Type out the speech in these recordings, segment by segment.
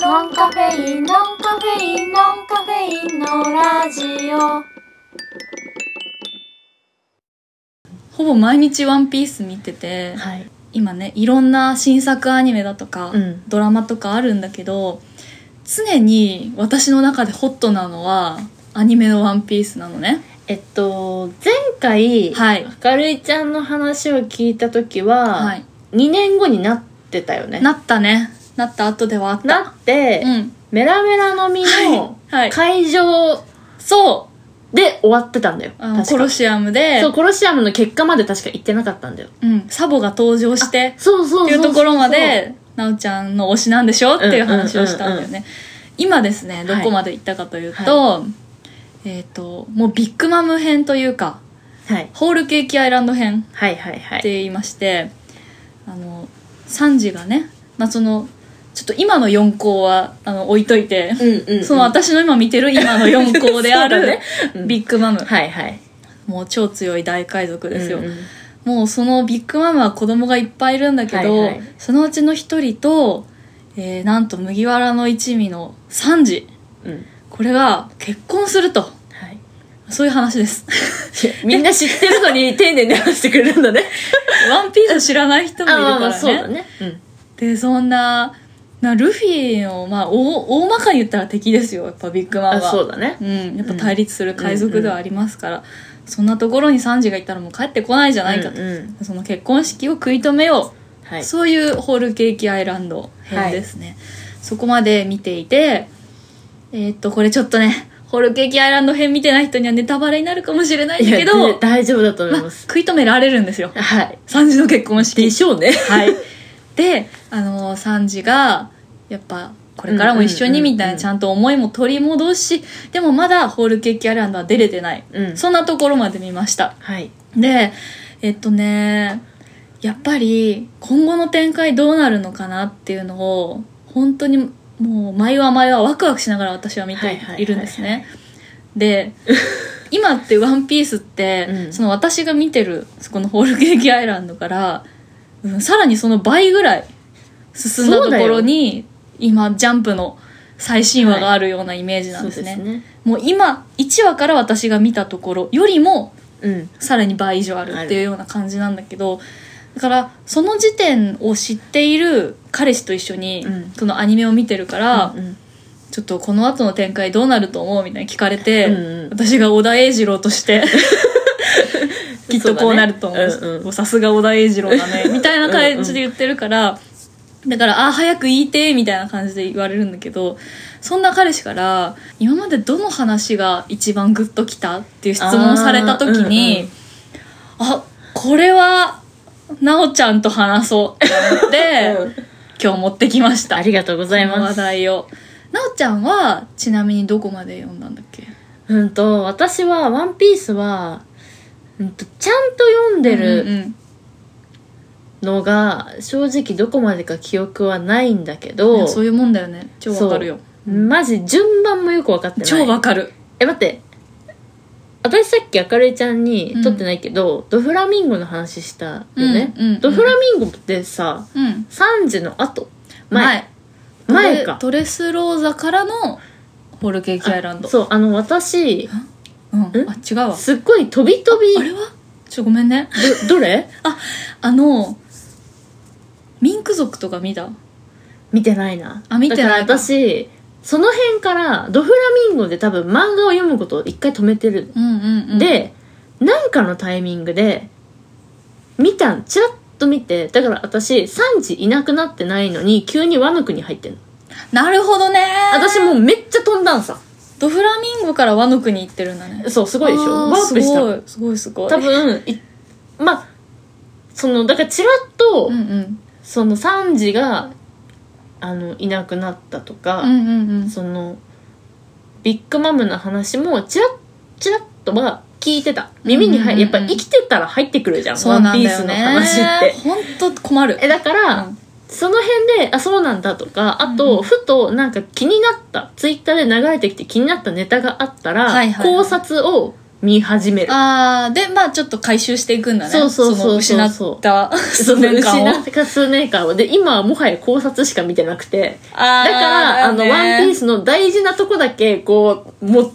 ノンカフェインノンカフェインノンカフェインのラジオほぼ毎日「ワンピース見てて、はい、今ねいろんな新作アニメだとか、うんドラマとかあるんだけど常に私の中でホットなのはアニメの「ワンピースなのねえっと前回、はい明るいちゃんの話を聞いた時は、はい2年後になってたよねなったねなった後ではあったなって、うんメラメラの実のはいはい会場そで終わってたんだよ、うあの確コかロシアムでそうコロシアムの結果まで確か行ってなかったんだようん、サボが登場してそうそうそうっていうところまでなおちゃんの推しなんでしょっていう話をしたんだようんうんね今ですねどこまで行ったかというと、えっ、ともうビッグマム編というかはいホールケーキアイランド編っはいはいはてい言いまして、あのサンジがね、まあ、そのちょっと今の4校はあの置いといて、うんうん、うん、その私の今見てる今の4校であ そうだるねうんビッグマム、はいはいもう超強い大海賊ですよ、うんうんもうそのビッグマムは子供がいっぱいいるんだけど、はいはいそのうちの一人と、えーなんと麦わらの一味のサンジうんこれが結婚するとはいそういう話です みんな知ってるのに丁寧に話してくれるんだね。ワンピース知らない人もいるからねそうだね。うん。でそんななルフィの、まあ、大大まかに言ったら敵ですよやっぱビッグマンあ、はそうだね。うん、やっぱ対立する海賊ではありますから、そんなところにサンジがいたらもう帰ってこないじゃないかと、うんうんその結婚式を食い止めようはい。そういうホールケーキアイランド編ですね、そこまで見ていてえーっとこれちょっとねホールケーキアイランド編見てない人にはネタバレになるかもしれないんだけけどど、大丈夫だと思まいあ、 ます。食い止められるんですよはい。三時の結婚式でしょうね。はいであの三時がやっぱこれからも一緒にみたいうんうんうんうなんちゃんと思いも取り戻しでもまだホールケーキアイランドは出れてない、うんそんなところまで見ましたはい。でえっとねやっぱり今後の展開どうなるのかなっていうのを本当にもう毎話毎話ワクワクしながら私は見はいはいてはいはいいるんですねで 今って「ワンピースって、うんその私が見てるそこのホールケーキアイランドから、うんさらにその倍ぐらい進んだそうとだよころに今ジャンプの最新話があるようなイメージなんですね,、もう今1話から私が見たところよりもうん。さらに倍以上あるっていうような感じなんだけどだからその時点を知っている彼氏と一緒にうんそのアニメを見てるから、うんちょっとこの後の展開どうなると思うみたいに聞かれて、うんうん私が小田栄二郎として きっとこうなると思そうだねううんうおさすが小田栄二郎だ ねみたいな感じで言ってるからだから「あ早く言いて」みたいな感じで言われるんだけどそんな彼氏から「今までどの話が一番グッときた?」っていう質問をされた時に「あ,、これは奈緒ちゃんと話そう」って思 って、今日持ってきましたあ。りがとうございこのま話す。題をなおちゃんはちなみにどこまで読んだんだっけうんと、私は、ワンピースは、うんと、ちゃんと読んでうんるうんのが、正直どこまでか記憶はないんだけいどや、そういうもんだよね超わかるよマジ順番もよく分かってない。超わかるえ、待って。私さっき明るいちゃんに撮ってないけど、ドフラミンゴの話したよね、うんうんうんドフラミンゴってさ、うん3時の後前前かドレドレスローザからのホールケーキアイランドあそうあの私うんんあ違うわすっごい飛び飛びあれはちょごめんねどどれあのミンク族とか見た見てないなあ見てないかだから私その辺からドフラミンゴで多分漫画を読むことを一回止めてる、うんうんうんでなんかのタイミングで見たんチラッと見てだから私3時いなくなってないのに急にワノ国入ってんのなるほどね私もうめっちゃ飛んだんさドフラミンゴからワノ国行ってるんだねそうすすごいでしょワープしたすごいすごいすごい多分いまあそのだからちらっと、うんうんそのサンジがあのいなくなったとか、うんうんうんそのビッグマムの話もちらっちらっとは聞いてた耳に入うんうんやうっんぱ生きてたら入ってくるじゃん「そうワンなんピーだよスのね話って本当困るえだから、うんその辺であそうなんだとかあと、うんうんふとなんか気になったツイッターで流れてきて気になったネタがあったら、はいはいはい考察を見始める。ああでまあちょっと回収していくんだねそうそうそうそうその失った そ数の年間を失った数年間を。で、今はもはや考察しか見てなくて。だあーから、あの、ねワンピースの大事なとこだけ、こう、も、知っ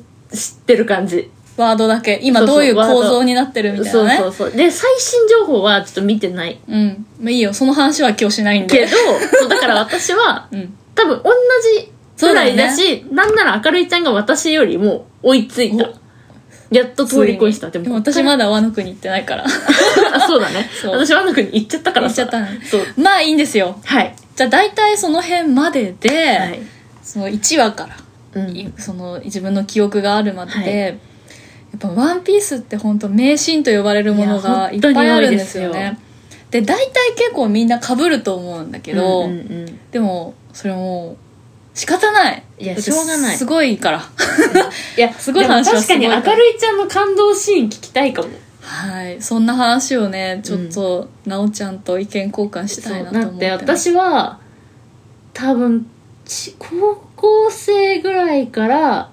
てる感じ。ワードだけ今そうそうどういうワード構造になってるみたいそなうねそうそう。で、最新情報はちょっと見てない。うんまあいいよその話は今日しないんけでど、そうだから私はう、ん多分同じぐらいだし、なんなら明るいちゃんが私よりも追いついた。やっと通り越した。でも私まだワノ国行ってないからあそうだね。 そう私、ワノ国行っちゃったか行らっちゃさ。ったねそう。まあいいんですよはい。じゃあ大体その辺までで、はい。その1話からうん。その自分の記憶があるまでで、はいやっぱ「ワンピースって本当名シーンと呼ばれるものがいいやっぱいあるんです本よ当に多いね。で大体結構みんな被ると思うんだけど、うんうんうんでもそれもう仕方ないいやだってしょうがないすご いからいや、すごい話はでも確かにすごい明るいちゃんの感動シーン聞きたいかも。はいそんな話をねちょっとなおちゃんと意見交換したいなとだ思っっててます私は、多分、ち高校生ぐらいから、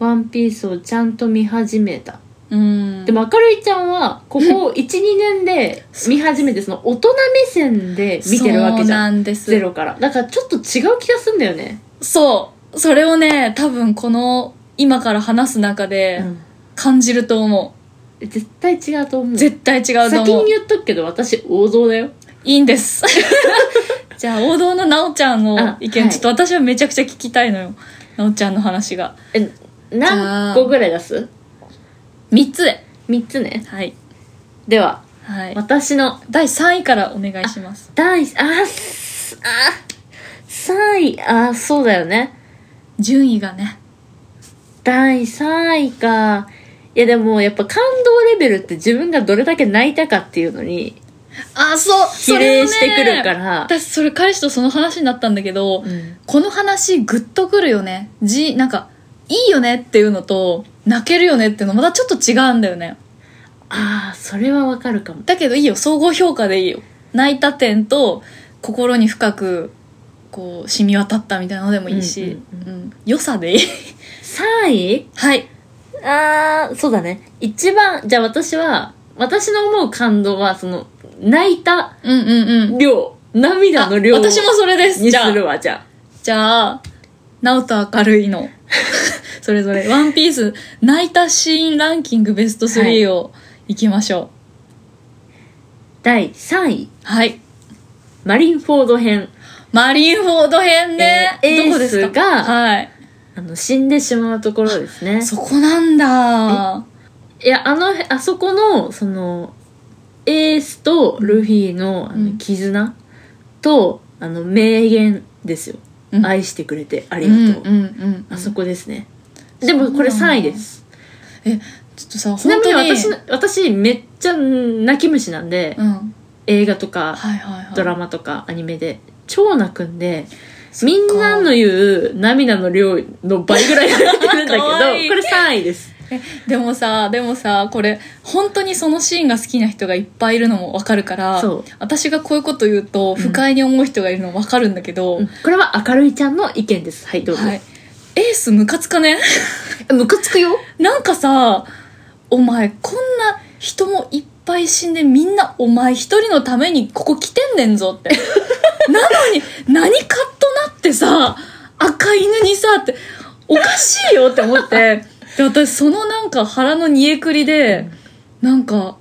ワンピースをちゃんと見始めた。うんでも明るいちゃんは、ここ1、2年で見始めて、その大人目線で見てるわけじゃん。そうなんですゼロから。だからちょっと違う気がするんだよね。そうそれをね多分この今から話す中で感じると思絶対違うと思う、う。絶対違うと先思うに言っとくけど、私王道だよ。いいんです じゃあ王道のなおちゃんの意見、あはいちょっと私はめちゃくちゃ聞きたいのよなおちゃんの話がえ、ゃ何あ個ぐらい出す3つで ?3 つね。はいでは、はい私の第3位からお願いします第、あ、すあ、3位、あ、そうだよね。順位がね第3位か。いやでもやっぱ感動レベルって自分がどれだけ泣いたかっていうのにあそう比例してくるからら。私それ彼氏とその話になったんだけど、うんこの話グッとくるよねじなんかいいよねっていうのと泣けるよねっていうのまたちょっと違うんだよねああ、それはわかるかも。だけどいいよ総合評価でいいよ泣いた点と心に深くこう染み渡ったみたいなのでもいいし、うんうんうん良さでいい3位はいあー、そうだね。一番、じゃあ私は、私の思う感動は、その、泣いたうんうんうん量、涙の量に私すもそれですじゃあるわ、じゃじゃあ直と明るいの それぞれ「ワンピース泣いたシーンランキングベスト3をいきましあ。ょ第3位、うはい、マリンフォード編。マリンフォード編ね、えーどこですエかースがはいあの、死んでしまうところですね。そこなんだいや、あの、あそこの、その、エースとルフィのあうのん絆と、あの、名言ですよ。うん愛してくれてあありがとう。うんうんうんあそこですね。うんでもこれそうなん3だ位です。ちょっとさちな本みに当に私の私めっちゃ泣き虫なんで、うん映画とかはいはいはいドラマとかアニメで超泣くんでみかんなの言う涙の量の倍ぐらい泣いてるんだけど かわいいこれ3位ですでもさでもさこれ本当にそのシーンが好きな人がいっぱいいるのもわかるからそう私がこういうこと言うと不快に思う人がいるのわかるんだけど、うんこれは明るいちゃんの意見ですはいどうぞ、はいエースムカつかねムカつくよなんかさお前こんな人もいっぱい死んでみんなお前一人のためにここ来てんねんぞって なのに何カッとなってさ赤犬にさっておかしいよって思ってで私そのなんか腹の煮えくりでなんか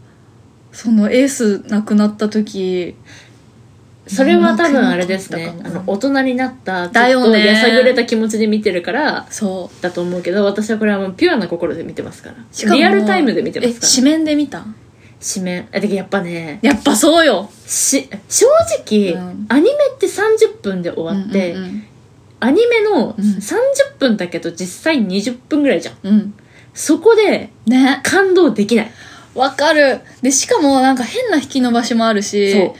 そのエース亡くなった時それは多分あれですねうんあの大人になっただちょっよとねやさぐれた気持ちで見てるからそだと思うけど私はこれはもうピュアな心で見てますからうしかもリアルタイムで見てまえすか紙面で見たら紙面あでやっぱねやっぱそうよし正直、うんアニメって30分で終わって、うんうんアニメのうん30分だけど実際20分ぐらいじゃんうん、うんそこでね感動できない、わかるでしかもなんか変な引き伸ばしもあるしそう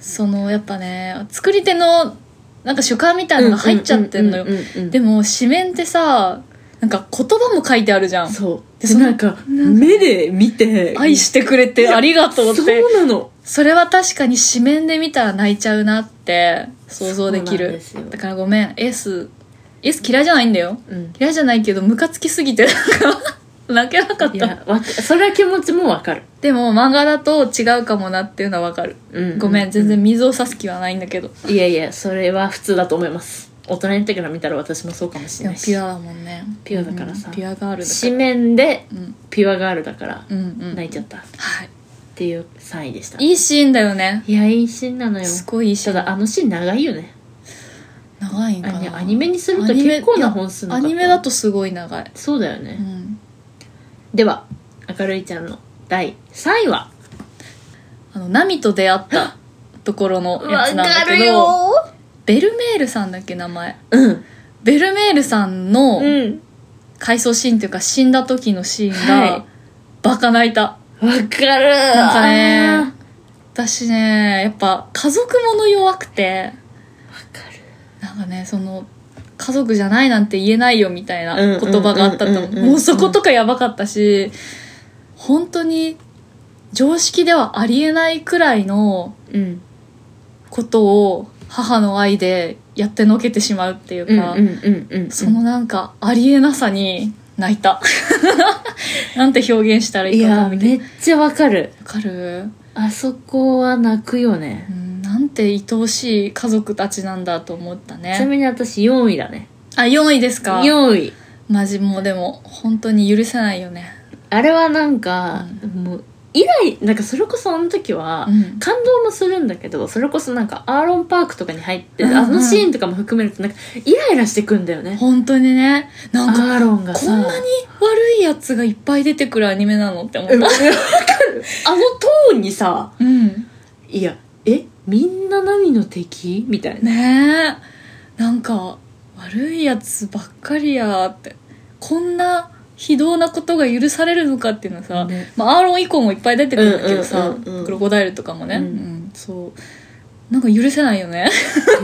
そのやっぱね作り手のなんか主観みたいなのが入っちゃってんのようううんうんでも紙面ってさなんか言葉も書いてあるじゃんそうででそのなんか目で見て愛してくれてありがとうそってうなのそれは確かに紙面で見たら泣いちゃうなって想像できそうなんるですよだからごめんエースエース嫌いじゃないんだようん嫌いじゃないけどムカつきすぎてなんか泣けなかっいたやわかそれは気持ちもわかる、でも漫画だと違うかもなっていうのはわかるうん、ごめん全然水を差す気はないんだけどいやいやそれは普通だと思います大人になってから見たら私もそうかもしれでなもいしピュアだもんねピュアだからさうんピュアガールだか紙面でらうんピュアガールだからうんうん泣いちゃったっはいていう3位でしたいいいシーンだよねやいいシーンなのよすごいいいシーたンだあのシーン長いよね長いんアかニなアニメにするアとニメ結構な本数いなやかアったニメだとすごい長いそうだようね、んでは明るいちゃんの第3位はあのナミと出会ったところのやわつなんだかけるどよベルメールさんだっけ名前うんベルメールさんのうん回想シーンというか死んだ時のシーンが、はいバカ泣いたわかるなんかあーね私ねやっぱ家族もの弱くてわかるなんかねその家族じゃないなんて言えないよみたいな言葉があったうんとうんうんうんうんもうそことかやばかったし本当に常識ではありえないくらいのうんことを母の愛でやってのけてしまうっていううんうか、んうんうんそのなんかありえなさに泣いた なんて表現したらいいいかやなみたいめなっちゃわかるわかるあそこは泣くよねうんなんて愛おしい家族たちなんだと思ったちなねみに私4位だねあ4位ですか4位マジもうでも本当に許せないよねあれはなんか、もう以来なんかそれこそあの時は、うん感動もするんだけどそれこそなんかアーロン・パークとかに入って、うんうんあのシーンとかも含めるとなんかイライラしてくんだよね本当にねなアんかーロンがさこんなに悪いやつがいっぱい出てくるアニメなのって思っうんわたかるあのトーンにさうんいやえみんな何の敵みたいなねえなんか悪いやつばっかりやってこんな非道なことが許されるのかっていうのさ、ねまあ、アーロン以降もいっぱい出てくるんだけどさ、うんうんうんうんクロコダイルとかもね、ううんんそうなんか許せないよね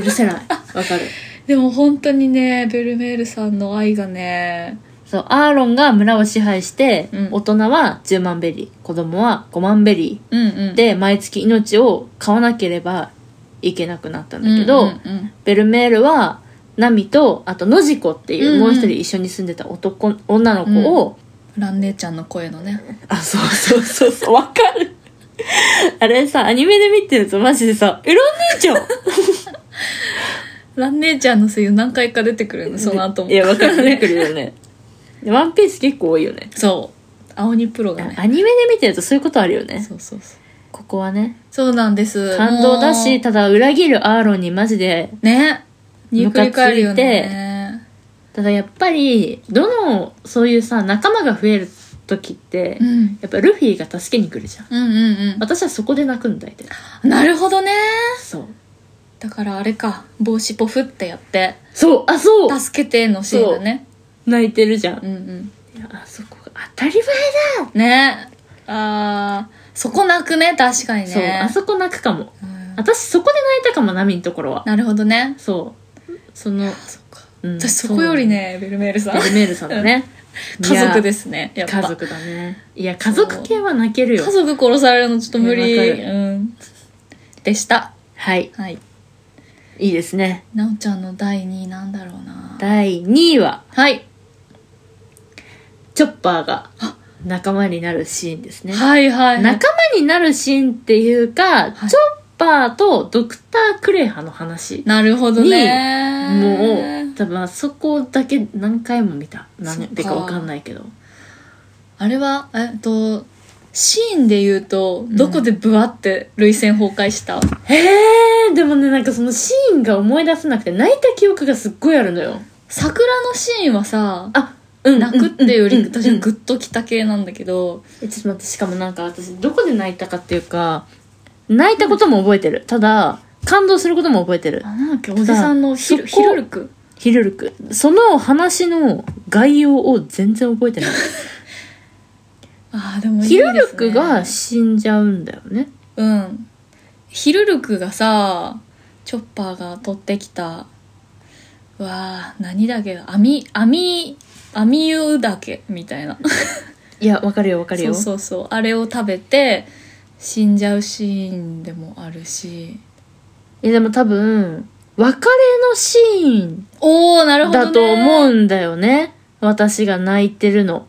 許せないわかるでも本当にねベルメールさんの愛がねそうアーロンが村を支配して、うん大人は10万ベリー子供は5万ベリうんうーんで毎月命を買わなければいけなくなったんだけど、うんうんうんベルメールはナミとあとノジコっていう、うんうんもう一人一緒に住んでた男女の子を、ラン姉ちゃんの声のねあそうそうそうそうわかるあれさアニメで見てるとマジでさ「うろん姉ちゃん」ラン姉ちゃんの声優何回か出てくるのその後もいやわかる出てくるよねでワンピース結構多いよね そう青鬼プロがねアニメで見てるとそういうことあるよねそうそうそうここはねそうなんです感動だもしうただ裏切るアーロンにマジでねムにカついてくり返るよねただやっぱりどのそういうさ仲間が増える時って、うん、やっぱルフィが助けに来るじゃんうんうん私はそこで泣くんだいてうんなるほどねそうだからあれか帽子ポフってやってそうあそ「う助けて」のシーンだね泣いてるじゃん、ういんうんやあそこが当たり前だ、ねあーそこ泣くね確かにねそうあそこ泣くかもうん私そこで泣いたかもナミのところはなるほどねそうそのあ、そっかうん私そこよりねベルメールさそんうベルメールさんだね家族ですすねやっぱ家族だねいや家族系は泣けるよ家族殺されるのちょっと無い理、やわかるうん、でしたはいはいいいですねなおちゃんの第2位なんだろうな第2位ははい、チョッパーが仲間になるシーンですね、はいはいはい仲間になるシーンっていうか、はいチョッパーとドクター・クレハの話なるほどねもう多分あそこだけ何回も見たそっ何かでか分かんないけどあれはえっとシーンで言うとどこでブワって涙腺崩壊した、へえでもねなんかそのシーンが思い出せなくて泣いた記憶がすっごいあるのよ桜のシーンはさあうん泣くっていうようんりうん私はグッときた系なんだけど、えちょっと待ってしかもなんか私どこで泣いたかっていうか泣いたことも覚えてるただ感動することも覚えてるあなんだっけおじさんのヒルそこヒルルクヒルルクその話の概要を全然覚えてない あーでもいいヒですルねルクが死んじゃうんだよねうんヒルルクがさチョッパーが取ってきたうわー何だけど網網網湯だけみたいないやわかるよわかるよそうそうそうあれを食べて死んじゃうシーンでもあるしいやでも多分別れのシーンおおなるほど、ね、だと思うんだよね私が泣いてるの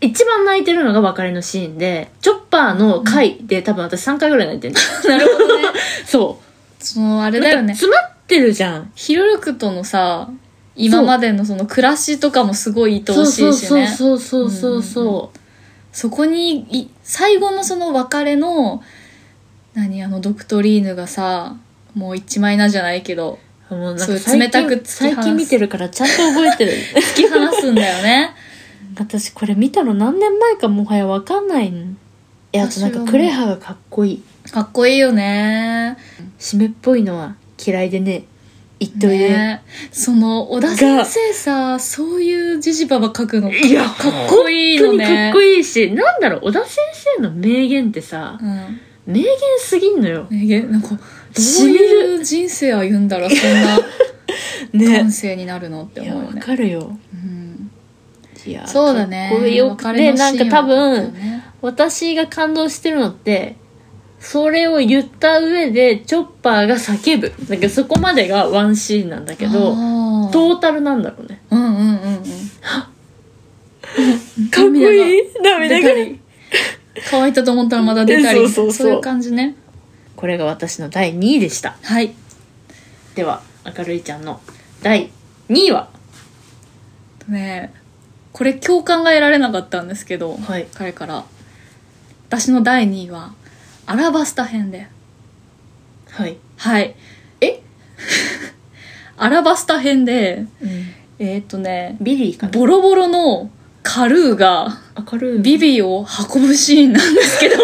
一番泣いてるのが別れのシーンで、チョッパーの回で多分私3回ぐらい泣いてるなるほどねそそのあう。れだよなんかね詰まってるじゃん。ひろゆくとのさ今までのその暮らしとかもすごい愛おしいしねそそうそうそうそうそううんうんそう。こにい最後のその別れの何あのドクトリーヌがさもう一枚なじゃないけどもうなんそかう最近冷たく突き放す最近見てるからちゃんと覚えてる。突き放すんだよね 私これ見たの何年前かもはやわかんないの。え、あとなん私はかねクレハがかっこいい。かっこいいよね湿っぽいのは嫌いでね。言っといで。ねその小田先生さそういうジジババ書くのかいや、っこいい本当のにかねっこいいし、なんだろう、小田先生の名言ってさ、うん名言すぎんのよ。ねげなんかどうしみるいう人生歩んだらそんな感。性になるのっていや、思うよわね。かるよ。うんいや、そうだね。かっこよ別くれて、のなシんーか多ンはよ分、ね私が感動してるのって、それを言った上で、チョッパーが叫ぶ。なんかそこまでがワンシーンなんだけあど、ートータルなんだろうね。うんうんうんうん。かっこいい涙涙がが出たり乾いたと思ったらまだ出たり、うんそうそうそういう感じね。これが私の第2位でした。はい。では、明るいちゃんの第2位はねこれ共感が得られなかったんですけど、はい彼から。私の第2位は、アラバスタ編で。はい。はい。え アラバスタ編で、えーっとね、ビリーかなボロボロのカルーが、明るい。ビビを運ぶシーンなんですけど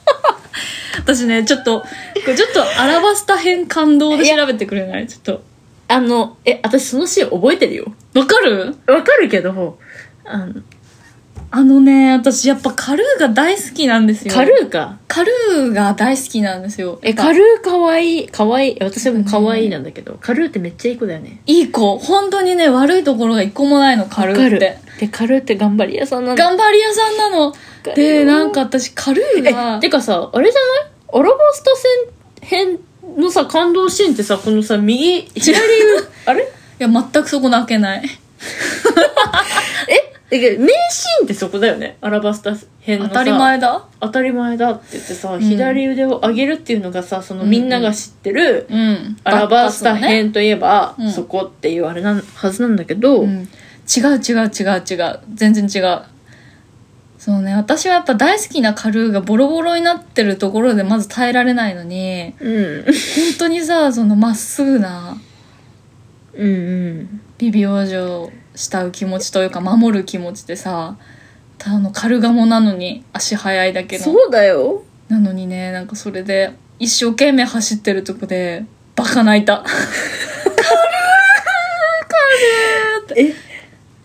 私ねちょっとこれちょっとアラバスタ編感動で調べてくれないちょっとあの、え、私そのシーン覚えてるよ。わかるわかるけど、あの、あのね私やっぱカルーが大好きなんですよカルーか。カルーが大好きなんですよえ、やっぱカルーかわいい。かわいい。私もかわいいなんだけど、カルーってめっちゃいい子だよね。いい子本当にね悪いところが一個もないのカルーってわかる。で、カルーって頑張り屋さんなんだ。頑張り屋さんなのかるよでなんか私カルーえ、がてかさ、あれじゃないアラバスタ戦編のさ、感動シーンってさ、このさ、右、左、 あれいや全くそこ泣けないえ、だけど名シーンってそこだよね。アラバスタ編の当さ。たり前だ当たり前だって言ってさ、ん左腕を上げるっていうのがさそのみんなが知ってる、うんアラバスタ編といえば、うんそこっていうあれなはずなんだけど、うん、違う違う違う違う全然違うそうね私はやっぱ大好きなカルーがボロボロになってるところでまず耐えられないのにうん、本当にさそのまっすぐなうんうんビビ王女を慕う気持ちというか守る気持ちでさただのカルガモなのに足速いだけのそうだよなのにねなんかそれで一生懸命走ってるとこでバカ泣いたえ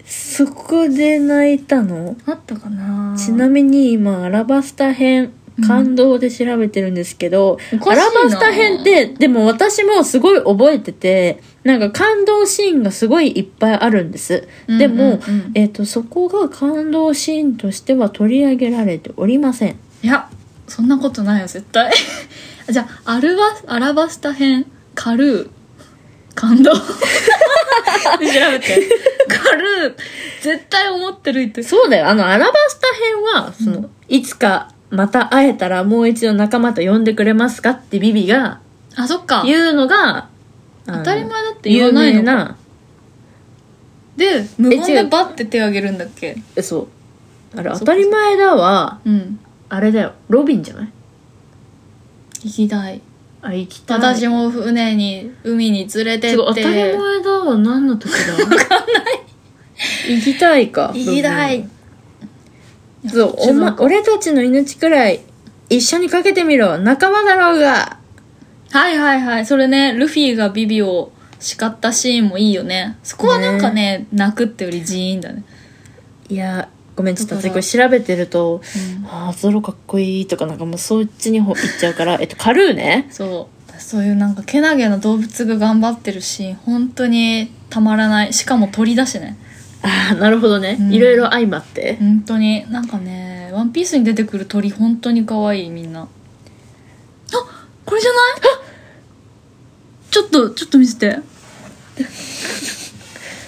そこで泣いたのあったかなちなみに今アラバスタ編うん感動で調べてるんですけど、アおかしいなラバスタ編ってでも私もすごい覚えててなんか感動シーンがすごいいっぱいあるんです、うんでも、うんうんえっとそこが感動シーンとしては取り上げられておりませんいや、そんなことないよ、絶対。 じゃあ、アルバ、アラバスタ編、カルー、感動。調べ て。カルー、 絶対思ってるって。そうだよあのアラバスタ編はその、うんいつかまた会えたらもう一度仲間と呼んでくれますかってビビがあ、そっか。言うのが当たり前だって言わ有ない名のか。なで、無言え違でうバッて手を挙げるんだっけえそうあれ当たり前だわうん。あれだよロビンじゃない行きたい。あ行きたい私も船に、海に連れて違うっ当たりて。前だわ何の時だわかんない行きたいか行きたい。そうお、ま、俺たちの命くらい一緒にかけてみろ仲間だろうがはいはいはい。それね、ルフィがビビを叱ったシーンもいいよね。そこはなんかね、泣くってよりジーンだね。いやごめんちょっとだか私こられ調べてるとうん「ああゾロかっこいい」とかなんかもうそっちにほ行っちゃうからえっとカルーねそう。そういうなんか、けなげな動物が頑張ってるシーン、本当にたまらない。しかも鳥だしね。ああなるほどね、うんいろいろ相まって、本当に。なんかね、ワンピースに出てくる鳥、本当に可愛い、みんな。あこれじゃないちょっと、ちょっと見せて。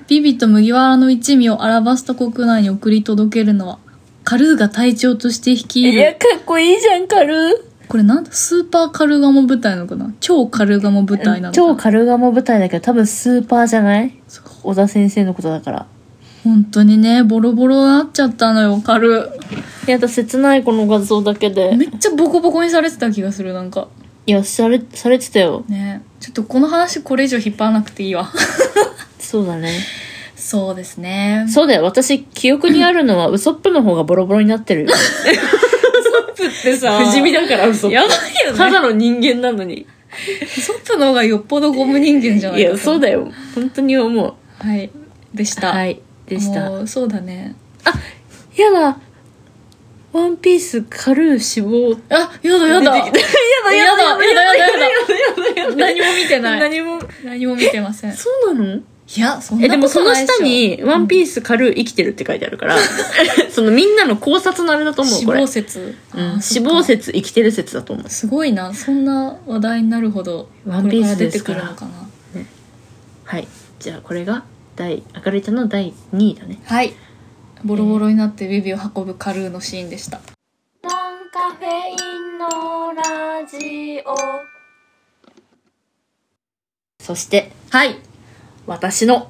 ビビと麦わらの一味をアラバスタ国内に送り届けるのは、カルーが隊長として率いいやる。かっこいいじゃんカルこれなんだスーパーカルガモ部隊なのかな超カルガモ部隊なのか超なカルガモ舞台だけど多分スーパーじゃないそう小田先生のことだから本当にね、ボロボロになっちゃったのよ、カルー。やだ切ないこの画像だけでめっちゃボコボコにされてた気がする、なんか。いやされされてたよねちょっとこの話これ以上引っ張らなくていいわ。 そうだねそうですね。そうだよ私記憶にあるのはウソップの方がボロボロになってるよってさ不死身だからウソッやばいよプね。ただの人間なのにソップの方がよっぽどゴム人間じゃないいかとやそうだよ本当に思うはい。でした。はいでしたもうそうだね。やだワンピースカルー死 亡あ、や だやだ。出てきたやだやだやだやだやだやだやだやだやだやだ何も見てない。 何も何も見てません。 いそうなのや、そんなえでもことそのないっしょ下に「ワンピースカルー生きてる」って書いてあるから そのみんなの考察のあれだと思う死これ亡説。うんあ死そっか亡説生きてる説だと思うすごいな。そんな話題になるほど、ワンピースこれですかからら出てくるのかな。はいじゃあこれが第明るいちゃんの第2位だねはい。ボロボロになってビビを運ぶカルーのシーンでした。ノンカフェインのラジオそしてはい。私の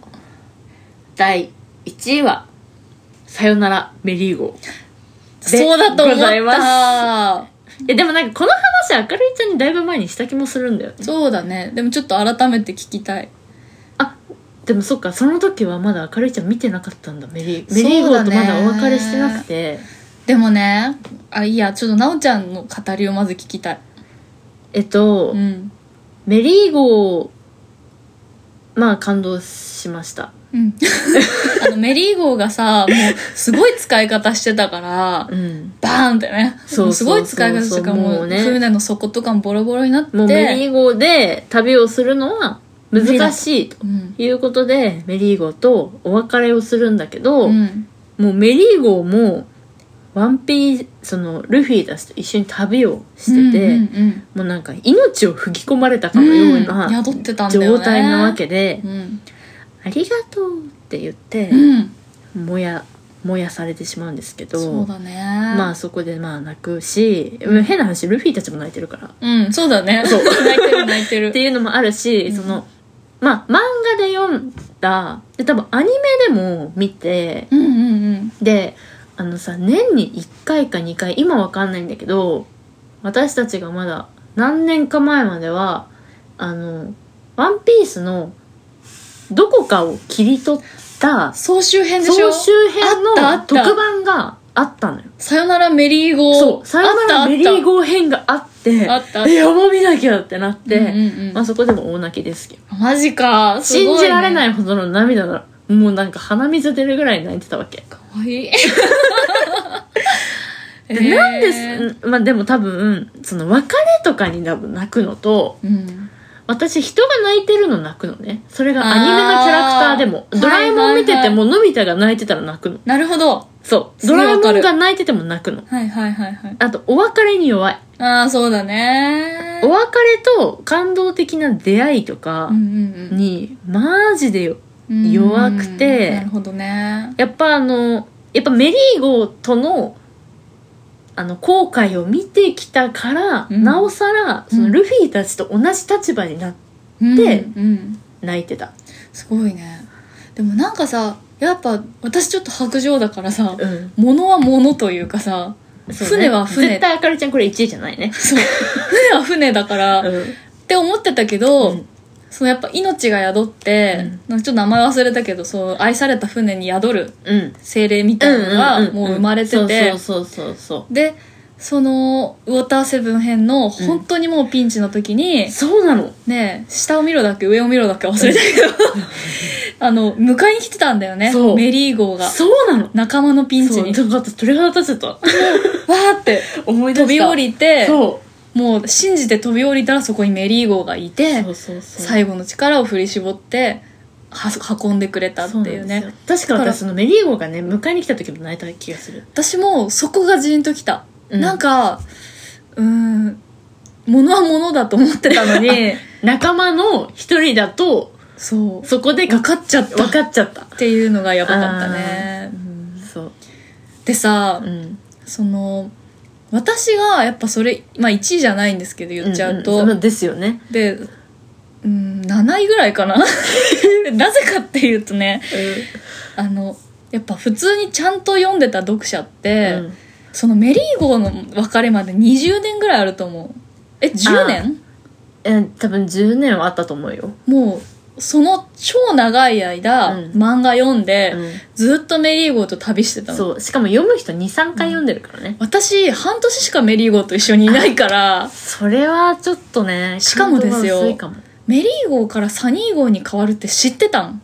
第1位は「さよならメリーゴーそうだと思ございまった。」えでもなんかこの話明るいちゃんにだいぶ前にした気もするんだよねそうだね。でもちょっと改めて聞きたい。あでもそっかその時はまだ明るいちゃん見てなかったんだメリーメリーゴーとまだお別れしてなくて、でもね、あ、いいや、ちょっとなおちゃんの語りをまず聞きたい。えっと、うん。メリーゴーまあ感動しましたうん。 あの、メリーゴーがさ、もう、すごい使い方してたから、うんバーンってね。そうもすごい使い方してたかそうそうそら、うももう、うね船の底とかもボロボロになって。もうメリーゴーで旅をするのは難しいとうん。いうことでメリーゴーとお別れをするんだけど、うん。もうメリーゴーもワンピースそのルフィたちと一緒に旅をしてて、うんうんもうなんか命を吹き込まれたかうのんよううんな宿ってたんだよね。状態なわけで「うん。ありがとう」って言って、うん。もやもやされてしまうんですけどそうだね。まあそこでまあ泣くし、うん変な話ルフィたちも泣いてるから。うん、そうだね。そう泣いてる泣いてってる。いうのもあるし、うんそのまあ漫画で読んだで多分アニメでも見てうんうんうん。であのさ年に1回か2回今わかんないんだけど私たちがまだ何年か前まではあの「ワンピースのどこかを切り取った総集編でしょ総集編あのったあった特番があったのよ。さよならメリーゴー。そう、さよならメリーゴー編があって、あったあったえ、やば見なきゃってなって、うんうんうんまあそこでも大泣きですけど。マジか。すご信じられないね。いほどの涙が、もうなんか鼻水出るぐらい泣いてたわけ。かわいい。 でえーなんです、んまあでも多分、その別れとかに多分泣くのと、うん。私人が泣いてるの泣くのね。それがアニメのキャラクターでも、あードラえもん見てはいてはいも、のび太が泣いてたら泣くの。なるほど。そう。すごドいラえわもかるんが泣いてても泣くの。はいはいはいはい。あと、お別れに弱い。ああ、そうだね。お別れと感動的な出会いとか、うんにマジでようんうん。弱くてなるほどね。やっぱあのやっぱメリーゴーとのあの後悔を見てきたから、うんなおさらそのルフィたちと同じ立場になでうん。泣いてた、すごいね。でもなんかさ、やっぱ私ちょっと白状だからさ、うん物は物というかさ、そうね船は船絶対あかりちゃんこれ1位じゃないね、そう船は船だから、うっんて思ってたけど、うんそのやっぱ命が宿って、うんなんかちょっと名前忘れたけどそう愛された船に宿るうん精霊みたいなんのんがんもう生まれててそうそうそうそうでそのウォーターセブン編の本当にもうピンチの時に、そうそうなのねえ下を見ろだっけ上を見ろだっけ忘れたけ どあの迎えに来てたんだよねそうメリー号がそうなの仲間のピンチにわそうだから鳥肌立っちゃったーって思い出飛しびた降りてそもう信じて飛び降りたらそこにメリー号がいうてそうそうそう最後の力を振り絞っては運んでくれたっていうそなんでねすよ確だかから私そのメリーゴーがね迎えに来た時も泣いた気がする私もそこがジーンときた、うんなんかうーん物は物だと思ってた のに仲間の一人だとそうそこで分かかっちゃった分かっちゃったっていうのがやばかったねそうでさ、うん、その私がやっぱそれまあ1位じゃないんですけど言っちゃうと、んんそですよね、で、うん、7位ぐらいかな なぜかっていうとねあのやっぱ普通にちゃんと読んでた読者って、うんそのメリーゴーの別れまで20年ぐらいあると思うえ10年え多分10年はあったと思うよ、もうその超長い間、うん漫画読んで、うずっとメリーゴーと旅してたん、のそうしかも読む人23回読んでるからね、私半年しかメリーゴーと一緒にいないからそれはちょっとねしかもです感動よが薄いかもメリーゴーからサニーゴーに変わるって知ってたん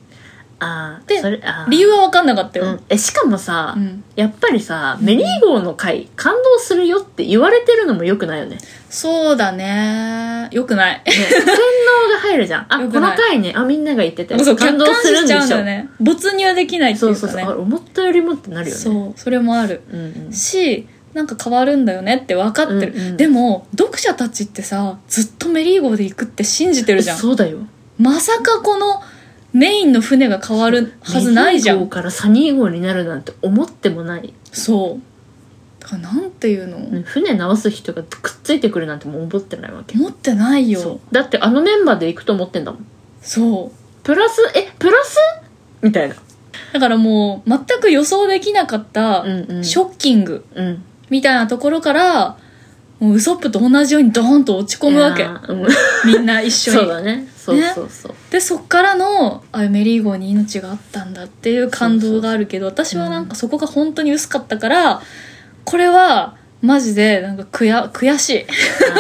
あーでそれあー理由は分かんなかったよ、うん、えしかもさ、うんやっぱりさメリーゴーの回感動するよって言われてるのもよくないよねねそうだねよくない 洗脳が入るじゃんあ良こくないの回ねあみんなが言っててそう感動客観する視んでししちょゃうんだよね没入はできないってそいううそうかそうねあ思ったよりもってなるよねそうそれもあるうんうんしなんか変わるんだよねって分かってる、うんうんでも読者たちってさずっとメリーゴーで行くって信じてるじゃんそうだよまさかこのメインの船が変わるはずないじゃメリーんゴーからサニー号になるなんて思ってもない、そうだからなんていうの、ね船直す人がくっついてくるなんてもう思ってないわけ思ってないよそそうだってあのメンバーで行くと思ってんだもんうプラスえプラスみたいなだからもう全く予想できなかったうんうんショッキングうんみたいなところからもうウソップと同じようにドーンと落ち込むわいけやーうんみんな一緒にそうだねそうそうそう、でそっからのあメリーゴーに命があったんだっていう感動があるけど私はなんかそこが本当に薄かったから、これはマジでなんか悔や悔しい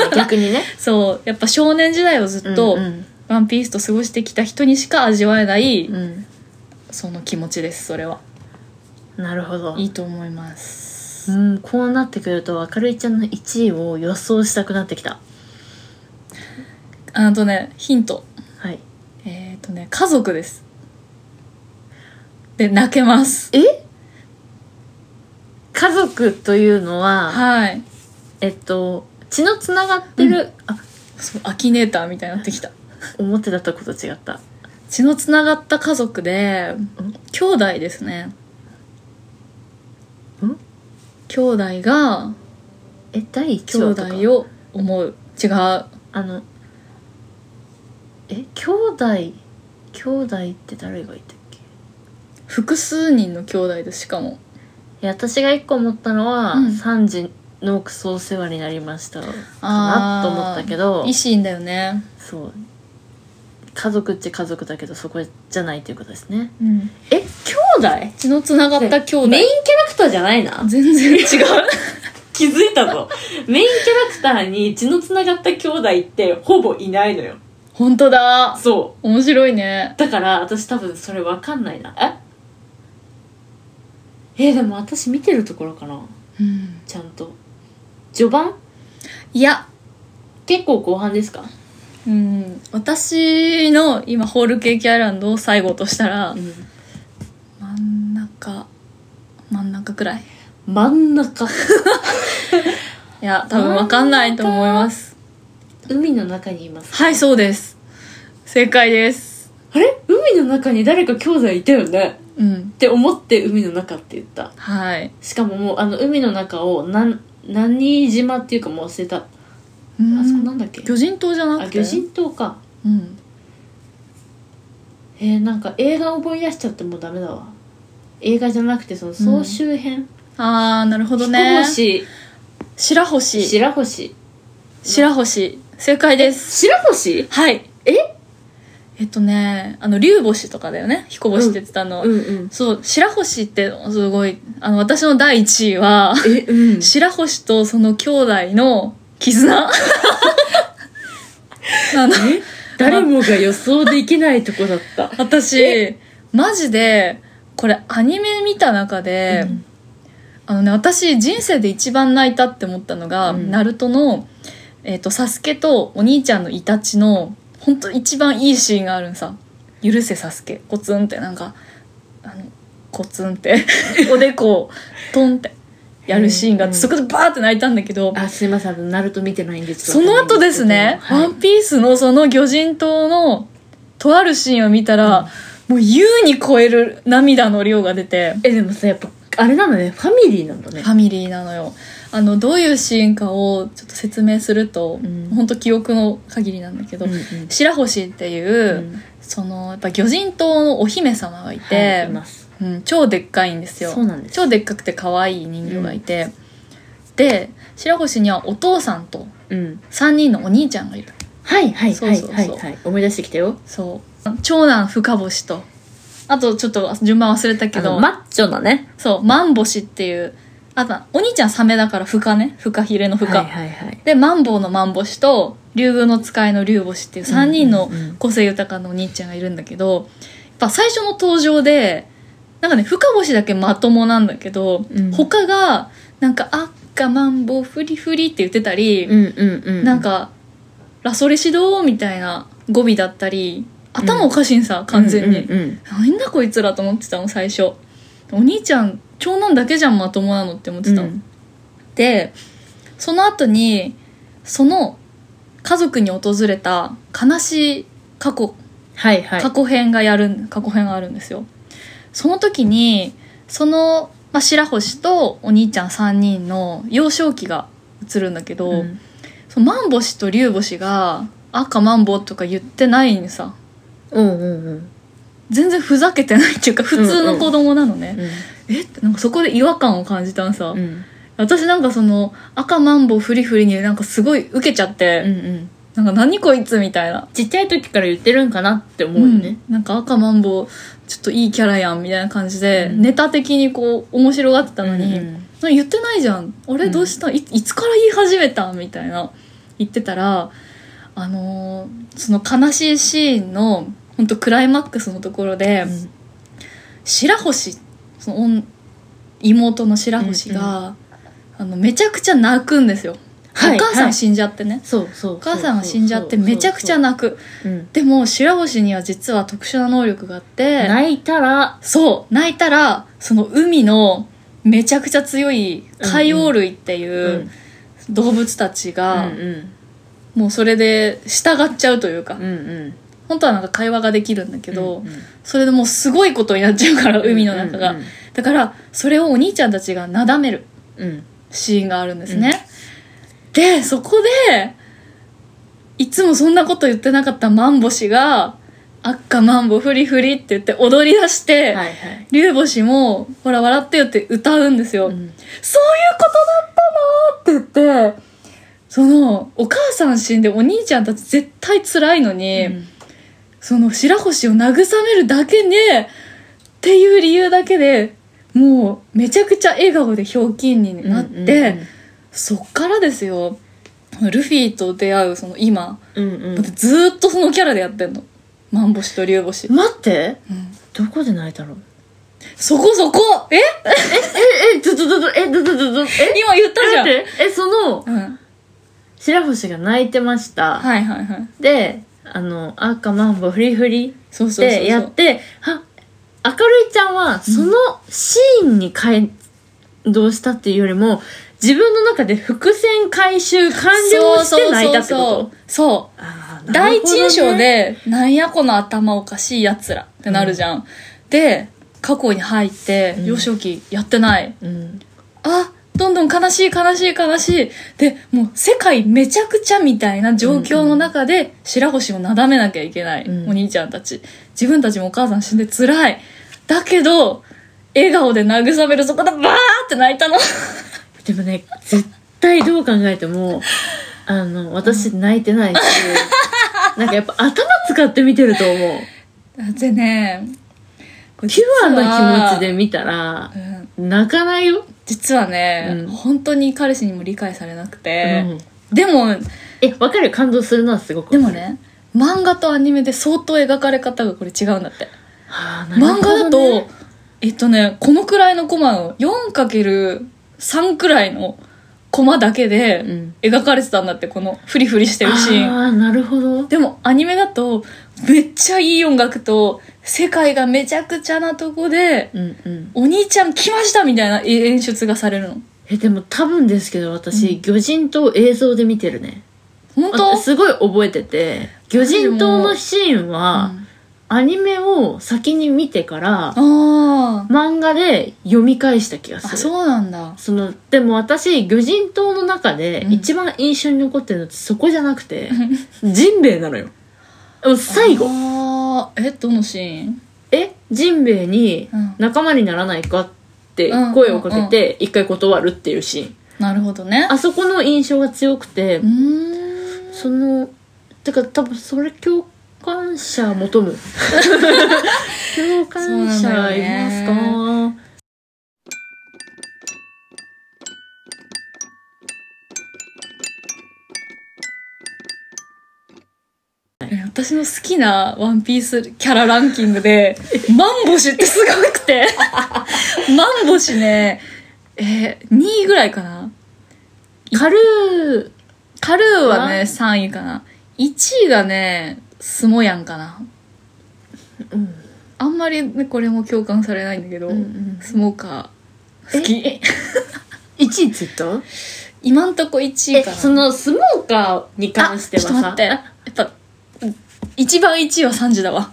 あー逆にねそうやっぱ少年時代をずっ とうん「ワンピースと過ごしてきた人にしか味わえない、うんうんその気持ちですそれはなるほどいいと思いますうん、こうなってくると明るいちゃんの1位を予想したくなってきたあとねヒントはいえっ、とね家族ですで泣けますえ家族というのは、はいえっと血のつながってる、あそうアキネーターみたいになってきた思ってたとこと違った血のつながった家族で兄弟ですねん兄弟がえ第1兄話とか弟を思う違うあのえ兄弟兄弟って誰がいたっけ複数人の兄弟ですしかもいや私が一個思ったのは、うん三時のクソお世話になりましたかなあとー思ったけど維新だよねそう家族っち家族だけどそこじゃないということですねうんえ兄弟血のつながった兄弟メインキャラクターじゃないな全然 違う気づいたぞ メインキャラクターに血のつながった兄弟ってほぼいないのよ本当だそ面白いねうだから私多分それ分かんないなええでも私見てるところかなうんちゃんと序盤いや結構後半ですかうん私の今ホールケーキアイランドを最後としたらうん真ん中真ん中くらい真ん中いや多分わかんないと思います海の中にいますはいそうです正解ですあれ海の中に誰か兄弟いたよねうんって思って海の中って言ったはいしかももうあの海の中をなん何島っていうかもう忘れたあうんそこなんだっけ魚人島じゃなあくて魚人島かうんえー、なんか映画思い出しちゃってもうダメだわ映画じゃなくてその総集編、ああなるほど彦ね星白星白星白星正解です白星はいええっとねあの竜星とかだよね彦星って言ってたの、うんうんそう白星ってすごいあの私の第1位はえうん白星とその兄弟の 絆なの誰もが予想できないとこだった私マジでこれアニメ見た中で、うんあのね私人生で一番泣いたって思ったのが、うんナルトの、えー、とサスケとお兄ちゃんのイタチの本当一番いいシーンがあるんさ「許せサスケ」コツンってなんかあのコツンって おでこをトンってやるシーンがあって、うんそこでバーって泣いたんだけど、 あすいませんあのナルト見てないんでちょそっとのわか後んないでんすね、けどワンピースのその魚人島のとあるシーンを見たら、もう優に超える涙の量が出て、えでもさやっぱあれなんだねファミリーなんだねファミリーなのよあのどういうシーンかをちょっと説明すると、うんほんと記憶の限りなんだけど、うんうん白星っていう、そのやっぱ魚人島のお姫様がいて、はいいますうん、超でっかいんですよそうなんです超でっかくて可愛い人形がいて、で白星にはお父さんとうん3人のお兄ちゃんがいるはいはいそはういそうそうはいはい思い出してきたよそう長男深星とあとちょっと順番忘れたけあどのマッチョなねそうマンボシっていうあとお兄ちゃんサメだからフカねフカヒレのフカ、はいはいはいでマンボウのマンボシと竜宮の使いの竜星っていう3人のうんうんうん個性豊かなお兄ちゃんがいるんだけどやっぱ最初の登場でなんかね深星だけまともなんだけど、うん他がなんか「あっかマンボウフリフリ」って言ってたり、うんうんうんなんか「ラソレシドー」みたいな語尾だったり頭おかしいんさ、完全に、うんうんなんだこいつらと思ってたの最初お兄ちゃん長男だけじゃんまともなのって思っうてんたの、でその後にその家族に訪れた悲しい過去はいはい過去編がやるん、過去編があるんですよその時にその、まあ、白星とお兄ちゃん3人の幼少期が映るんだけど、うんそのマンボシと竜星が「赤マンボ」とか言ってないんさうんうんうん全然ふざけてないっていうか普通の子供なのね、うえってなんかそこで違和感を感じたんさ、んうん私なんかその赤マンボフリフリになんかすごい受けちゃって、うんなんか何こいつみたいな。ちっちゃい時から言ってるんかなって思うよね、うんなんか赤マンボちょっといいキャラやんみたいな感じで、うんネタ的にこう面白がってたのに、うんうんなんか言ってないじゃんあれどうした、いいつから言い始めたみたいな言ってたらあのーその悲しいシーンの本当クライマックスのところで、白星その女妹の白星が、あのめちゃくちゃ泣くんですよ、はいお母さはんい死んじゃってね、そうそうお母さんが死んじゃってめちゃくちゃな、泣くうん、でも白星には実は特殊な能力があって泣いたらそう泣いたらその海のめちゃくちゃ強い海洋類っていう動物たちが、うんうんもうそれで従っちゃうというか、うんうん本当はなんか会話ができるんだけど、うんうんそれでもうすごいことになっちゃうから海の中が、うんうんだからそれをお兄ちゃんたちがなだめるうんシーンがあるんですね、でそこでいつもそんなこと言ってなかったマンボシが「あっかマンボフリフリ」って言って踊り出して、はいはい竜星も「ほら笑ってよ」って歌うんですよ、うんそういうことだったのって言ってそのお母さん死んでお兄ちゃんたち絶対辛いのに、その白星を慰めるだけでっていう理由だけでもうめちゃくちゃ笑顔でひょうきんになって、そっからですよルフィと出会うその今、うんうんうんうん私ずーっとそのキャラでやってんのマンボシと竜星、待ってうんどこで泣いたのそこそこえええずずずずえずずずずえ今言ったじゃん、待ってえそのうん、白星が泣いてました、はいはいはいであの赤マンボフリフリそうそうそうそうでやっては明るいちゃんはそのシーンに感動したっていうよりも、自分の中で伏線回収完了して泣いたってことそうそうそうそうあーな第る一ほどね印象で、なんやこの頭おかしいやつらってなるじゃん。で、過去に入ってう、ん幼少期やってない。うんあ、どんどん悲しい悲しい悲しい。で、もう世界めちゃくちゃみたいな状況の中で、白星をなだめなきゃいけない、うんお兄ちゃんたち。自分たちもお母さん死んで辛い。だけど、笑顔で慰めるそこでバーって泣いたの。でもね絶対どう考えてもあの私泣いてないし、なんかやっぱ頭使って見てると思うだってね、これピ実ュアはな気持ちで見たらうん泣かないよ、実はね、うん本当に彼氏にも理解されなくて、うんでもえわかる感動するのはすごくでもね漫画とアニメで相当描かれ方がこれ違うんだって、はあなるほ漫画どねだとえっとねこのくらいのコマを 4×3 くらいのコマだけうでん描かれてたんだってこのフリフリしてるシーンああなるほどでもアニメだとめっちゃいい音楽と世界がめちゃくちゃなとこでうんうんお兄ちゃん来ましたみたいな演出がされるのえでも多分ですけど私、魚人島映像で見てるね本当あすごい覚えてて魚人島のシーンは、うんアニメを先に見てからあー漫画で読み返した気があするそうなんだそのでも私魚人島の中でうん一番印象に残ってるのってそこじゃなくて、ジンベエなのよもう最後あーえどのシーンえジンベエにうん仲間にならないかってうん声をかけて一回断るっていうシーンなるほどねあそこの印象が強くて、うーんそのてか多分それ共感者求 む共感者いますそうなかえ私の好きなワンピースキャラランキン グで、マンボシってすごくて。マンボシね、えー、2位ぐらいかな。カルーカルーはね、わ3位かな。1位がね、スモヤンかな。うんあんまりね、これも共感されないんだけど、うんうんスモーカー好き。 1位ついた今んとこ1え位かな。そのスモーカーに関してはあちょっとさ待って。やっぱ、一番1位は3時だわ。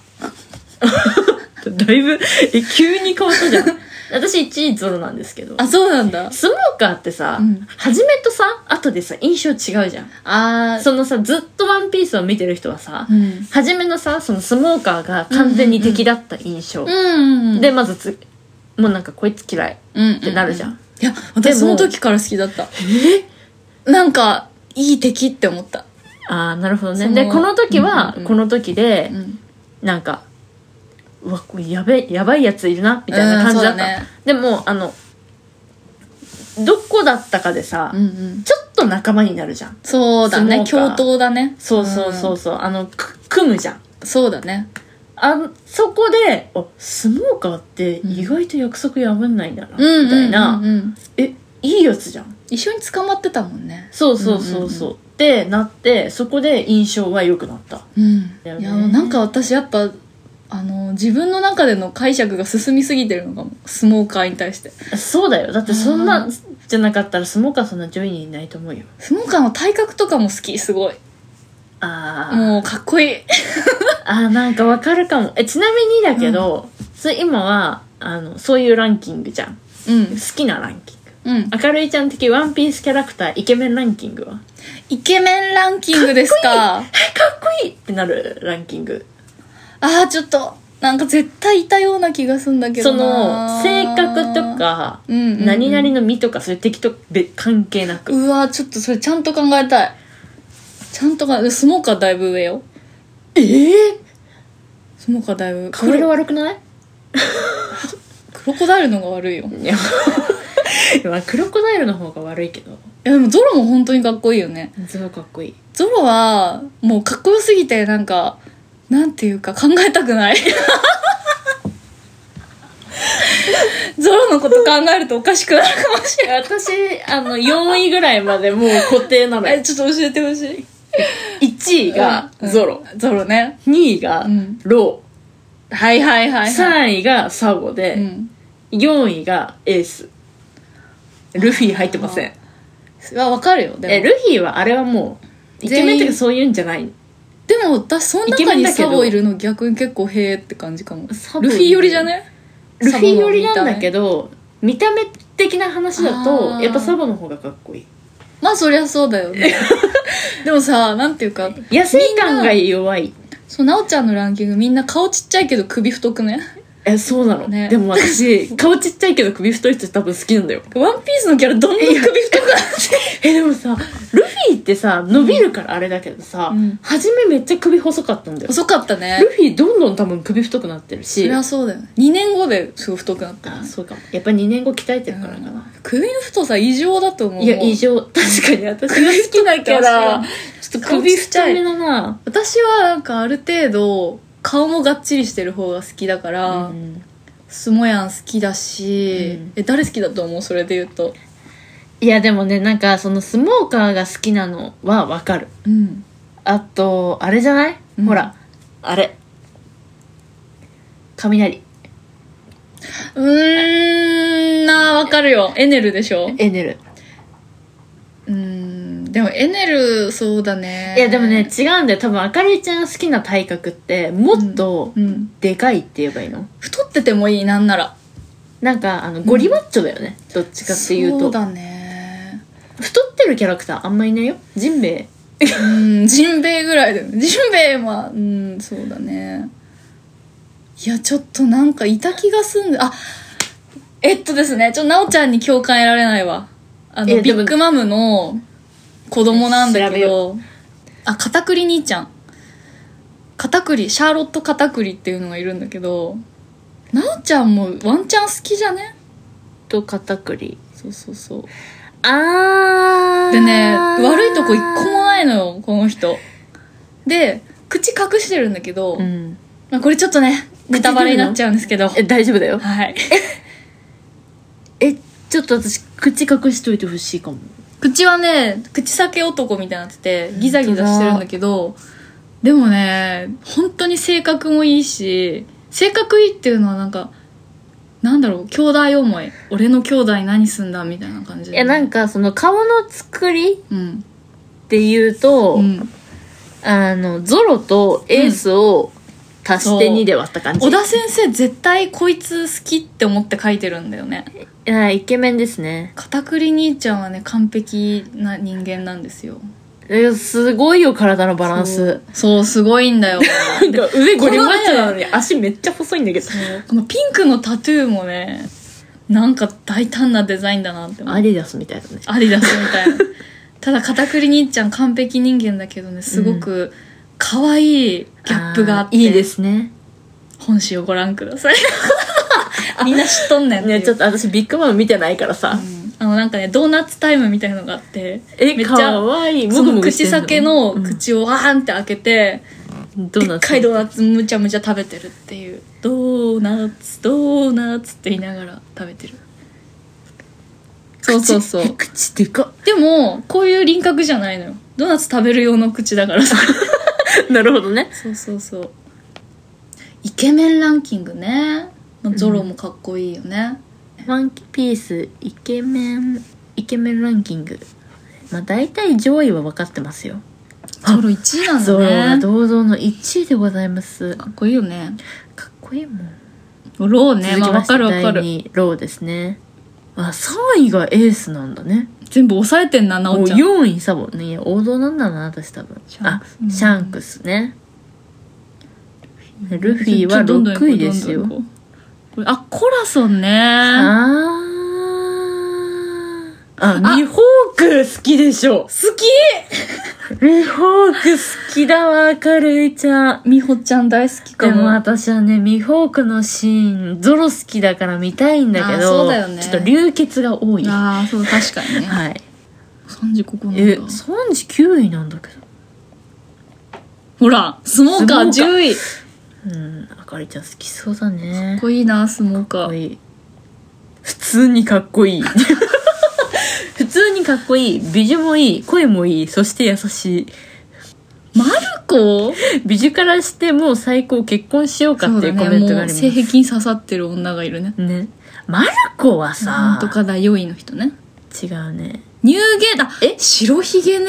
だいぶえ急に変わったじゃん 私1位ゾロなんですけどあ、そうなんだ。スモーカーってさ、うん初めとさ後でさ印象違うじゃんあそのさずっと「ワンピースを見てる人はさ、うん。初めのさそのスモーカーが完全に敵だった印象、うん。でまずつもうなんかこいつ嫌いうんっってなるじゃん、いやでも私その時から好きだったなんかいい敵って思った、ああなるほどそねのでこの時は、うんうんうんこの時でうん、なんかうわこれやべえやばいやついるなみたいな感じだった、うんそうだねでもあのどこだったかでさ、うんうんちょっと仲間になるじゃんそうだねスモー共カー闘だねそうそうそうそう、あのく組むじゃんうんそうだねあそこであスモーカーって意外と約束破んないんだな、うんみたいな、うんうんうんえいいやつじゃん一緒に捕まってたもんねそうそうそうそう,、うんってなってそこで印象は良くなったうんいだやよねなんか私やっぱあの自分の中での解釈が進みすぎてるのかもスモーカーに対してそうだよだってそんなうんじゃなかったらスモーカーそんな上位にいないと思うよスモーカーの体格とかも好きすごいあーもうかっこいいあーなんかわかるかもえちなみにだけど、それ今はあのそういうランキングじゃんうん好きなランキングうん明るいちゃん的ワンピースキャラクターイケメンランキングは かっイケメンランキングですかこいいってなるランキングああちょっとなんか絶対いたような気がすんだけそどのな性格とか、うんうんうん何々の身とかそういう敵と別関係なくうわーちょっとそれちゃんと考えたいちゃんと考えスモーカーだいぶ上よええスモーカーだいぶ顔色悪くないクロコダイルのが悪いよいいや まあクロコダイルの方が悪いけどやでもゾロも本当にかっこいいよねすごいかっこいいゾロはもうかっこよすぎてなんかなんていうか考えたくない ゾロのこと考えるとおかしくなるかもしれない私あの4位ぐらいまでもう固定なの えよちょっと教えてほしい1位がゾロ、うんゾロね2位がうんロはいはいはい、ー、はい、 3位がサゴで、うん4位がエースルフィ入ってませんわわかるよでもえルフィはあれはもうイケメンと全か員そういうんじゃないでも私そのイケ中メンにだけサどボいるの逆に結構へえって感じかもルサフボいるィ寄りじゃねルフィ寄りなんだけど見た目的な話だあとーやっぱサボの方がかっこいいまあそりゃそうだよ ねでもさなんていうか野生感が弱いそうなおちゃんのランキングみんな顔ちっちゃいけど首太くねえそうなの、ねでも 私顔ちっちゃいけど首太い人多分好きなんだよワンピースのキャラどんどん首太くなえでもさルフィってさ伸びるからあれだけどさ、うん初めめっちゃ首細かったんだよ、遅かったねルフィどんどん多分首太くなってるそしりゃそうだよね2年後ですごい太くなったよあねそうかもやっぱ2年後鍛えてるからかうんな、首の太さ異常だと思ういやもう異常確かに私が好きなキ ャラちょっと首首太太いめだな私はなんかある程度顔もがっちりしてる方が好きだから、うんスモヤン好きだし、うんえ誰好きだと思うそれで言うといやでもねなんかそのスモーカーが好きなのはわかるうんあとあれじゃない、うんほらあれ雷うーんなあわかるよエネルでしょエネルうーんでもエネルそうだねいやでもね違うんだよ多分あかりちゃんが好きな体格ってもっとうんでかいって言えばいいの、太っててもいいなんならなんかあのゴリマッチョだよね、どっちかっていうそうとだね太ってるキャラクターあんまいないよジンベエうんジンベエぐらいだよねジンベエはうんそうだねいやちょっとなんかいた気がすんであえっとですねちょっと奈緒ちゃんに共感得られないわあのえビでもッグマムの子供なんだ調べけどあ片栗兄ちゃん片栗シャーロット片栗っていうのがいるんだけど奈緒ちゃんもワンチャン好きじゃねと片栗そうそうそうあーでね、悪いとこ一個もないのよ、この人。で、口隠してるんだけど、うんまあ、これちょっとね、ネタバレになっちゃうんですけど。え大丈夫だよはい。えちょっと私口隠しといてほしいかも口はね、口裂け男みたいになってて、ギザギザしてるんだけど、でもね、本当に性格もいいし、性格いいっていうのはなんか、なんだろう、兄弟思い。俺の兄弟何すんだみたいな感じいで。やなんかその顔の作りうん。っていうと、うん。あのゾロとエースを足して2で割った感じ、小田先生絶対こいつ好きって思って書いてるんだよね。はいイケメンですね片栗兄ちゃんはね完璧な人間なんですよえすごいよ体のバランスそうすごいん だよなんか上ゴリマッチョなこののに足めっちゃ細いんだけどこのピンクのタトゥーもねなんか大胆なデザインだなって思うアディダスみたいだねアディダスみ たいなただ片栗兄ちゃん完璧人間だけどねすごく可愛いギャップがあって、ーいいですね本誌をご覧ください みんな知っとんねんって いうねちょっと私ビッグマム見てないからさ、うんあのなんかねドーナツタイムみたいのがあってえめっちゃかわいいその口ん先の口をワーンって開けて、うんドーでっナかいツドーナツむちゃむちゃ食べてるっていうドーナツドーナツって言いながら食べてるそうそうそう口口で かでもこういう輪郭じゃないのよドーナツ食べる用の口だからさっなるほどねそうそうそうイケメンランキングね、まあ、ゾロもかっこいいよね、ワンピースイケメンイケメンランキングまあ大体上位は分かってますよゾロ1位なんゾロだがね堂々の1位でございますかかっこいいよねっこいいもんローねまあわしてかるわか第る二位ローですねあ3位がエースなんだね全部抑えてんななもおうちゃん4位サボねいや王道なんだな私多分シャンあクスうんシャンクスねルフィはちょっとどんどん行こ6う位ですよどんどん行こうこれあコラソンねあーあミホーク好きでしょ好きミホーク好きだわかるいちゃん美穂ちゃん大好きかでもも私はねミホークのシーンゾロ好きだから見たいんだけあーどそうだよねちょっと流血が多いはああそう確かにね、い、い39なんだえ39位なんだけどほらスモーカースモーカ10位うんあかりちゃん好きそうだねかっこいいなスモーかカっこーいい普通にかっこ いい普通にかっこいい美女もいい声もいいそして優しいマルコ美女からしてもう最高結婚しようかっていうコメントがあります性ね癖に刺さってる女がいるねマルコはなさんとかだ4位の人ね違うねニューゲーだえ白ひげね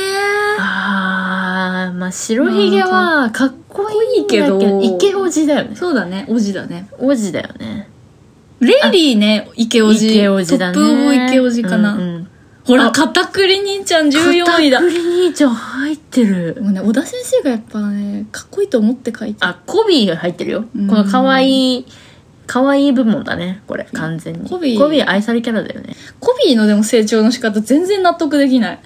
あーまあ白ひげはかっこいいんだけかっどこいいけどイケおじだよねそうだねおじだねおじだよねレイリーねイケおじイケおじだねトップオブイケおじかな、うんうん、ほらあ片栗兄ちゃん14位だ片も栗兄ちゃん入ってるうね小田先生がやっぱねかっこいいと思って書いてるあコビーが入ってるよ、うんこの可愛い可愛い部門だねこれ完全にコビーコビー愛されキャラだよねコビーのでも成長の仕方全然納得できない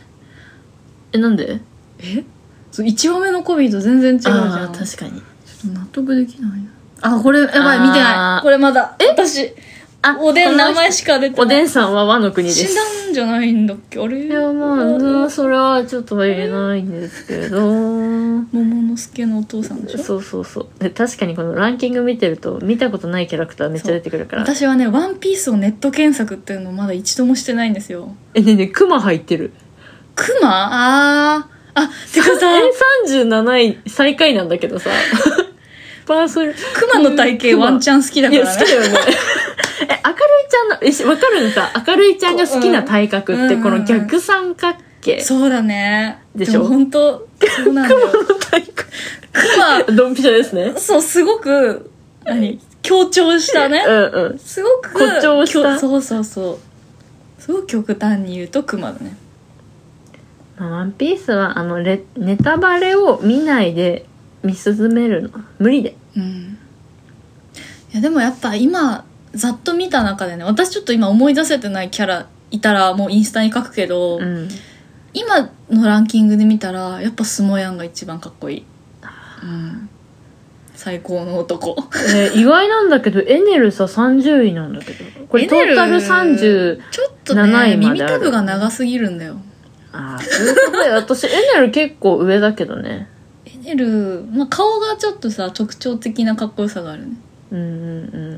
えなんでえそう1話目のコビーと全然違うじゃあーん確かにちょっと納得できないなあこれやばい見てあなーいこれまだえ私あおでん名前こしかの出て人おなでいんさんは和の国で死んすだんじゃないんだっけあれいやまあうんそれはちょっとは言えないんですけど桃之助のお父さんでしょそうそうそうで確かにこのランキング見てると見たことないキャラクターめっちゃ出てくるから私はね「ワンピースをネット検索っていうのをまだ一度もしてないんですよえねえねえクマ入ってるクマあーあてかさ え37位最下位なんだけど さパーソルクマの体型ワンチャン好きだかいや、ら好きねだよね。 え、明るいちゃんの、えし、わかるんさ、明るいちゃんが好きな体格って、うんこの逆三角けそうだねでしょも本当そうなんだよクドンピシャですねマそうすごく何強調したねうんうんすごく誇張したきょそうそうそうすごく極端に言うとクマだねまあワンピースはあのレネタバレを見ないで見進めるの無理でうんいやでもやっぱ今ざっと見た中でね私ちょっと今思い出せてないキャラいたらもうインスタに書くけど、うん今のランキングで見たらやっぱスモヤンが一番かっこいい、うん、最高の男えー意外なんだけどエネルさ30位なんだけどこれトータル30 30ちょっとね7位まである耳たぶが長すぎるんだよああそういうことで私エネル結構上だけどねエネル、まあ、顔がちょっとさ特徴的なかっこよさがあるねうんうんうん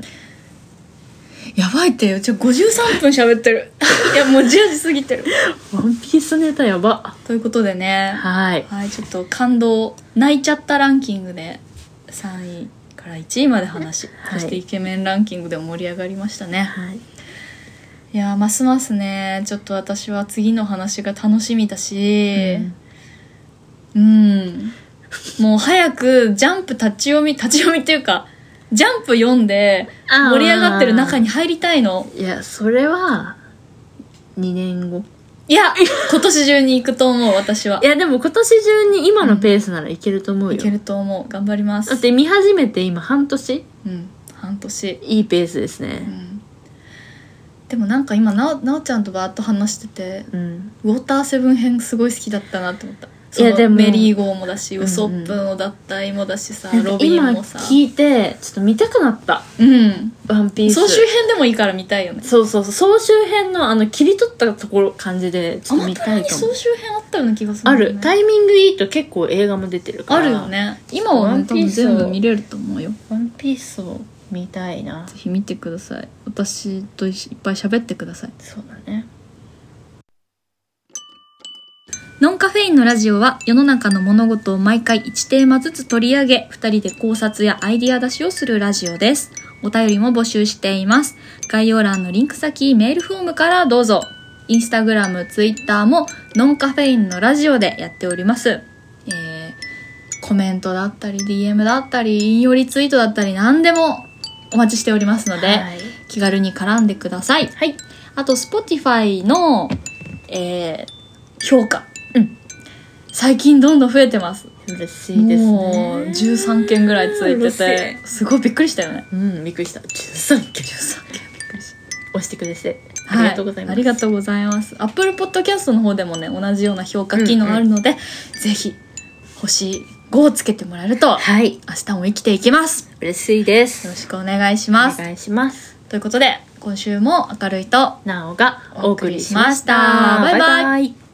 やばいってよちょ53分喋ってる いやもう10時過ぎてるワンピースネタやばということでねはいはいちょっと感動泣いちゃったランキングで3位から1位まで話、はいそしてイケメンランキングでも盛り上がりましたねはいいやーますますねちょっと私は次の話が楽しみだしうん、もう早くジャンプ立ち読み立ち読みっていうかジャンプ読んであー盛り上がってる中に入りたいのいやそれは2年後いや今年中に行くと思う私はいやでも今年中に今のペースならいけると思ういよ、けると思う頑張りまだっすて見始めて今半年うん半年いいペースですうねんでもなんか今なおなおちゃんとバーッと話しててうんウォーターセブン編すごい好きだったなって思ったいやそのでもメリーゴーもだしうんうんウソップの脱退もだしさ、なんロかビン今もさ聞いてちょっと見たくなったうんワンピース総集編でもいいから見たいよねそうそうそう総集編のあの切り取ったところ感じでちあょっとま見たたいにか総も集編あったような気がするあんだよるね、タイミングいいと結構映画も出てるかあらるよね今はワねン多ピー分ス全部見れると思うよワンピースを見たいなぜひ見てください私といっぱい喋ってくださいそうだねノンカフェインのラジオは世の中の物事を毎回1テーマずつ取り上げ、2人で考察やアイディア出しをするラジオです。お便りも募集しています。概要欄のリンク先、メールフォームからどうぞ。インスタグラム、ツイッターもノンカフェインのラジオでやっております。えー、コメントだったり、DM だったり、引用リツイートだったり、何でもお待ちしておりますので、はい気軽に絡んでください。はいあと Spotify の、えー評価、うん最近どんどん増えてます嬉しいですねもう13件ぐらいついててすごいびっくりしたよねうんびっくりした13件押してくれてあはりがとうございます、ありがとうございます。Apple Podcast の方でもね、同じような評価機能あるので、ぜひ、星5をつけてもらえると、はい明日も生きていきます。嬉しいですよろしくお願いしますお。願いしますということで、今週も明るいとなおがお送りしましたお送りしましたバイバイイ